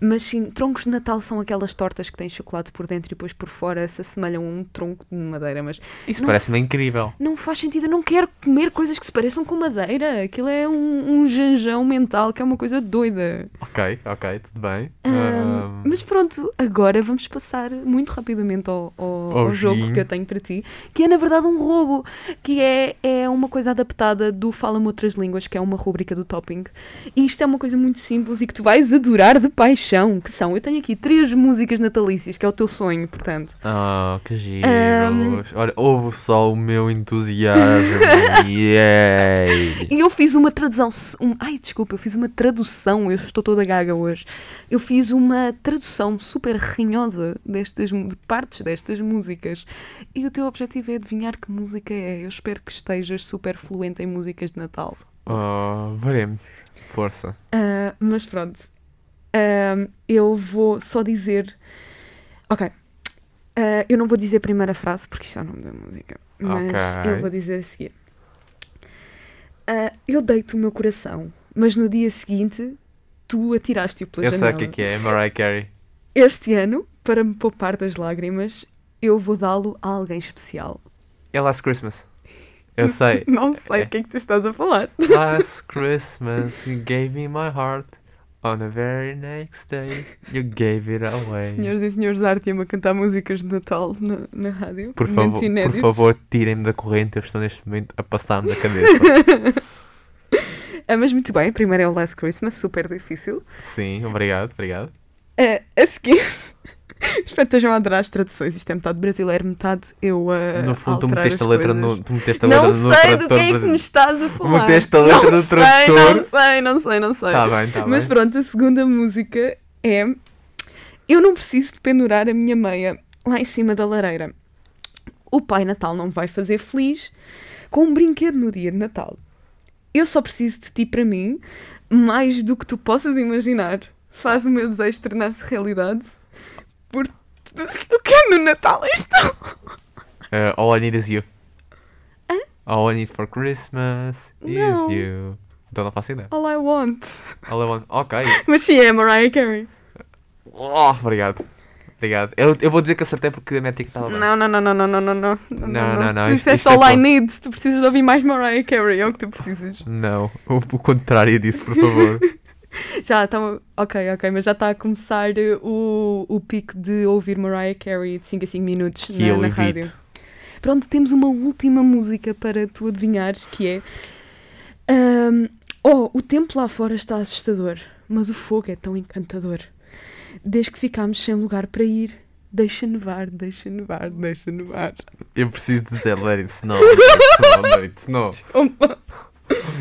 [SPEAKER 2] Mas sim, troncos de Natal são aquelas tortas que têm chocolate por dentro e depois por fora se assemelham a um tronco de madeira. Mas
[SPEAKER 3] Isso
[SPEAKER 2] não
[SPEAKER 3] parece-me incrível.
[SPEAKER 2] Não faz sentido, eu não quero comer coisas que se pareçam com madeira. Aquilo é um, um janjão mental, que é uma coisa doida.
[SPEAKER 3] Ok, ok, tudo bem.
[SPEAKER 2] Ahm,
[SPEAKER 3] Ah,
[SPEAKER 2] mas pronto, agora vamos passar muito rapidamente ao, ao-
[SPEAKER 3] Ao
[SPEAKER 2] ao jogo
[SPEAKER 3] joguinho.
[SPEAKER 2] que eu tenho para ti, que é na verdade um roubo, que é, é uma coisa adaptada do Fala-me Outras Línguas, que é uma rubrica do Topping. E isto é uma coisa muito simples e que tu vais adorar de paixão, que são, eu tenho aqui três músicas natalícias, que é o teu sonho, portanto.
[SPEAKER 3] Ah, que giro.
[SPEAKER 2] Ahm.
[SPEAKER 3] Olha, ouve só o meu entusiasmo. Yay!
[SPEAKER 2] E eu fiz uma tradução. Um, ai, desculpa, eu fiz uma tradução. Eu estou toda gaga hoje. Eu fiz uma tradução super rinhosa destas, mu- de partes destas músicas. E o teu objetivo é adivinhar que música é. Eu espero que estejas super fluente em músicas de Natal.
[SPEAKER 3] Ah, veremos. Força.
[SPEAKER 2] Ah, mas pronto. Ah, eu vou só dizer. Ok. Ah, eu não vou dizer a primeira frase porque isto é o nome da música. Mas
[SPEAKER 3] Ok.
[SPEAKER 2] eu vou dizer a seguir. Ah, eu deito o meu coração, mas no dia seguinte tu atiraste-o pela
[SPEAKER 3] Eu sei
[SPEAKER 2] janela.
[SPEAKER 3] o que é que é, Mariah Carey.
[SPEAKER 2] Este ano, para me poupar das lágrimas, eu vou dá-lo a alguém especial.
[SPEAKER 3] É Last Christmas. Eu sei.
[SPEAKER 2] Não sei do que é que tu estás a falar.
[SPEAKER 3] Last Christmas you gave me my heart. On the very next day you gave it away.
[SPEAKER 2] Senhoras e senhores da arte, a cantar músicas de Natal na, na rádio.
[SPEAKER 3] Por
[SPEAKER 2] Momento
[SPEAKER 3] favor, por
[SPEAKER 2] inédito.
[SPEAKER 3] favor, tirem-me da corrente. Eu estou neste momento a passar-me da cabeça.
[SPEAKER 2] Ah, mas muito bem, primeiro é o Last Christmas, super difícil.
[SPEAKER 3] Sim, obrigado, obrigado.
[SPEAKER 2] Ah, a seguir, espero que estejam a adorar as traduções. Isto é metade brasileiro, metade eu a.
[SPEAKER 3] No fundo, tu
[SPEAKER 2] Eh, alterar
[SPEAKER 3] meteste a
[SPEAKER 2] as
[SPEAKER 3] letra
[SPEAKER 2] coisas.
[SPEAKER 3] no, tu meteste a letra
[SPEAKER 2] Não
[SPEAKER 3] no
[SPEAKER 2] sei do
[SPEAKER 3] tradutor
[SPEAKER 2] que é que me
[SPEAKER 3] brasileiro.
[SPEAKER 2] estás a falar.
[SPEAKER 3] Meteste a letra
[SPEAKER 2] não
[SPEAKER 3] no
[SPEAKER 2] Sei,
[SPEAKER 3] tradutor.
[SPEAKER 2] não sei, não sei, não sei.
[SPEAKER 3] Tá bem, tá
[SPEAKER 2] mas
[SPEAKER 3] bem.
[SPEAKER 2] pronto, a segunda música é Eu não preciso de pendurar a minha meia lá em cima da lareira. O Pai Natal não me vai fazer feliz com um brinquedo no dia de Natal. Eu só preciso de ti para mim, mais do que tu possas imaginar. Faz o meu desejo tornar-se realidade por tudo que eu quero no Natal. é Isto!
[SPEAKER 3] Uh, all I need is you. All I need for Christmas
[SPEAKER 2] Não.
[SPEAKER 3] is you. Então não faço ideia.
[SPEAKER 2] All I want.
[SPEAKER 3] All I want- Ok.
[SPEAKER 2] Mas sim, é a Mariah Carey.
[SPEAKER 3] Oh, obrigado. Obrigado. Eu, eu vou dizer que acertei porque a métrica estava Tá bem.
[SPEAKER 2] Não, não, não, não, não, não, não, não.
[SPEAKER 3] Não, não, não,
[SPEAKER 2] Tu
[SPEAKER 3] isto- isto
[SPEAKER 2] disseste
[SPEAKER 3] é
[SPEAKER 2] all I
[SPEAKER 3] bom.
[SPEAKER 2] need. Tu precisas de ouvir mais Mariah Carey. É o que tu precisas.
[SPEAKER 3] Não, o, o contrário disso, por favor.
[SPEAKER 2] Já está. Ok, ok, mas já está a começar eh, o, o pico de ouvir Mariah Carey de 5 a 5 minutos
[SPEAKER 3] Que
[SPEAKER 2] na,
[SPEAKER 3] eu
[SPEAKER 2] é na
[SPEAKER 3] evito.
[SPEAKER 2] rádio. Pronto, temos uma última música para tu adivinhares que é. ahm, oh, o tempo lá fora está assustador, mas o fogo é tão encantador. Desde que ficámos sem lugar para ir, deixa nevar, deixa nevar, deixa nevar.
[SPEAKER 3] Eu preciso dizer let it snow, let it snow, let it snow.
[SPEAKER 2] Opa.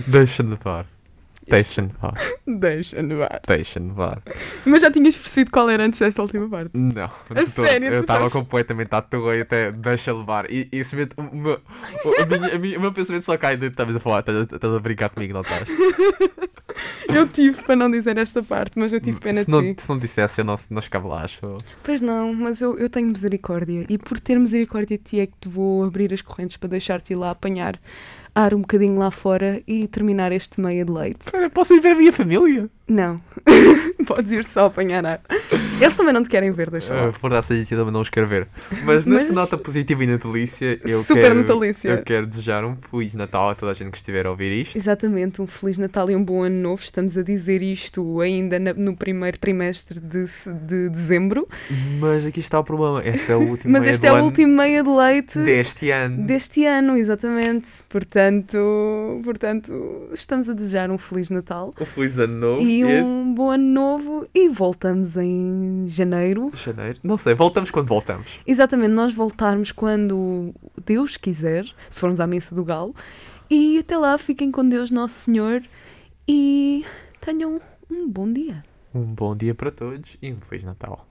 [SPEAKER 3] Deixa de par. Deixa-me vá.
[SPEAKER 2] Deixa-me vá.
[SPEAKER 3] Deixa-me vá.
[SPEAKER 2] Mas já tinhas percebido qual era antes desta última parte.
[SPEAKER 3] Não, de todo.
[SPEAKER 2] sério, tu
[SPEAKER 3] eu estava
[SPEAKER 2] sabes?
[SPEAKER 3] completamente à toa e até deixa levar. E, e isso mesmo, o, meu, o, a minha- a minha- o meu pensamento só cai dentro. Estás a falar, estás a- estás a brincar comigo, não estás?
[SPEAKER 2] Eu tive para não dizer esta parte, mas eu tive pena
[SPEAKER 3] Hum, se,
[SPEAKER 2] de
[SPEAKER 3] não,
[SPEAKER 2] ti.
[SPEAKER 3] se não dissesse, eu não, não chegava lá, acho.
[SPEAKER 2] Pois não, mas eu, eu tenho misericórdia. E por ter misericórdia de ti é que te vou abrir as correntes para deixar-te ir lá apanhar ar um bocadinho lá fora e terminar este meia de leite.
[SPEAKER 3] Cara, posso ir ver a minha família?
[SPEAKER 2] Não. Podes ir só apanhar ar. Eles também não te querem ver, deixa lá.
[SPEAKER 3] Uh, por dar sentido, também não os quero ver. Mas nesta
[SPEAKER 2] Mas-
[SPEAKER 3] nota positiva e natalícia, eu
[SPEAKER 2] Super
[SPEAKER 3] quero,
[SPEAKER 2] natalícia.
[SPEAKER 3] eu quero desejar um Feliz Natal a toda a gente que estiver a ouvir isto.
[SPEAKER 2] Exatamente, um Feliz Natal e um bom Ano Novo. Estamos a dizer isto ainda na- no primeiro trimestre de, se- de dezembro.
[SPEAKER 3] Mas aqui está o problema. Esta é a última
[SPEAKER 2] Mas
[SPEAKER 3] meia
[SPEAKER 2] este
[SPEAKER 3] do
[SPEAKER 2] é o
[SPEAKER 3] ano
[SPEAKER 2] último meia de leite
[SPEAKER 3] deste ano.
[SPEAKER 2] deste ano, exatamente. Portanto, portanto, estamos a desejar um Feliz Natal
[SPEAKER 3] Um Feliz Ano Novo.
[SPEAKER 2] e um bom Ano Novo. E voltamos em janeiro.
[SPEAKER 3] Janeiro? Não sei, voltamos quando voltamos.
[SPEAKER 2] Exatamente, nós voltarmos quando Deus quiser, se formos à missa do Galo. E até lá, fiquem com Deus, Nosso Senhor, e tenham um bom dia.
[SPEAKER 3] Um bom dia para todos e um Feliz Natal.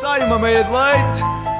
[SPEAKER 1] Sai uma meia de leite.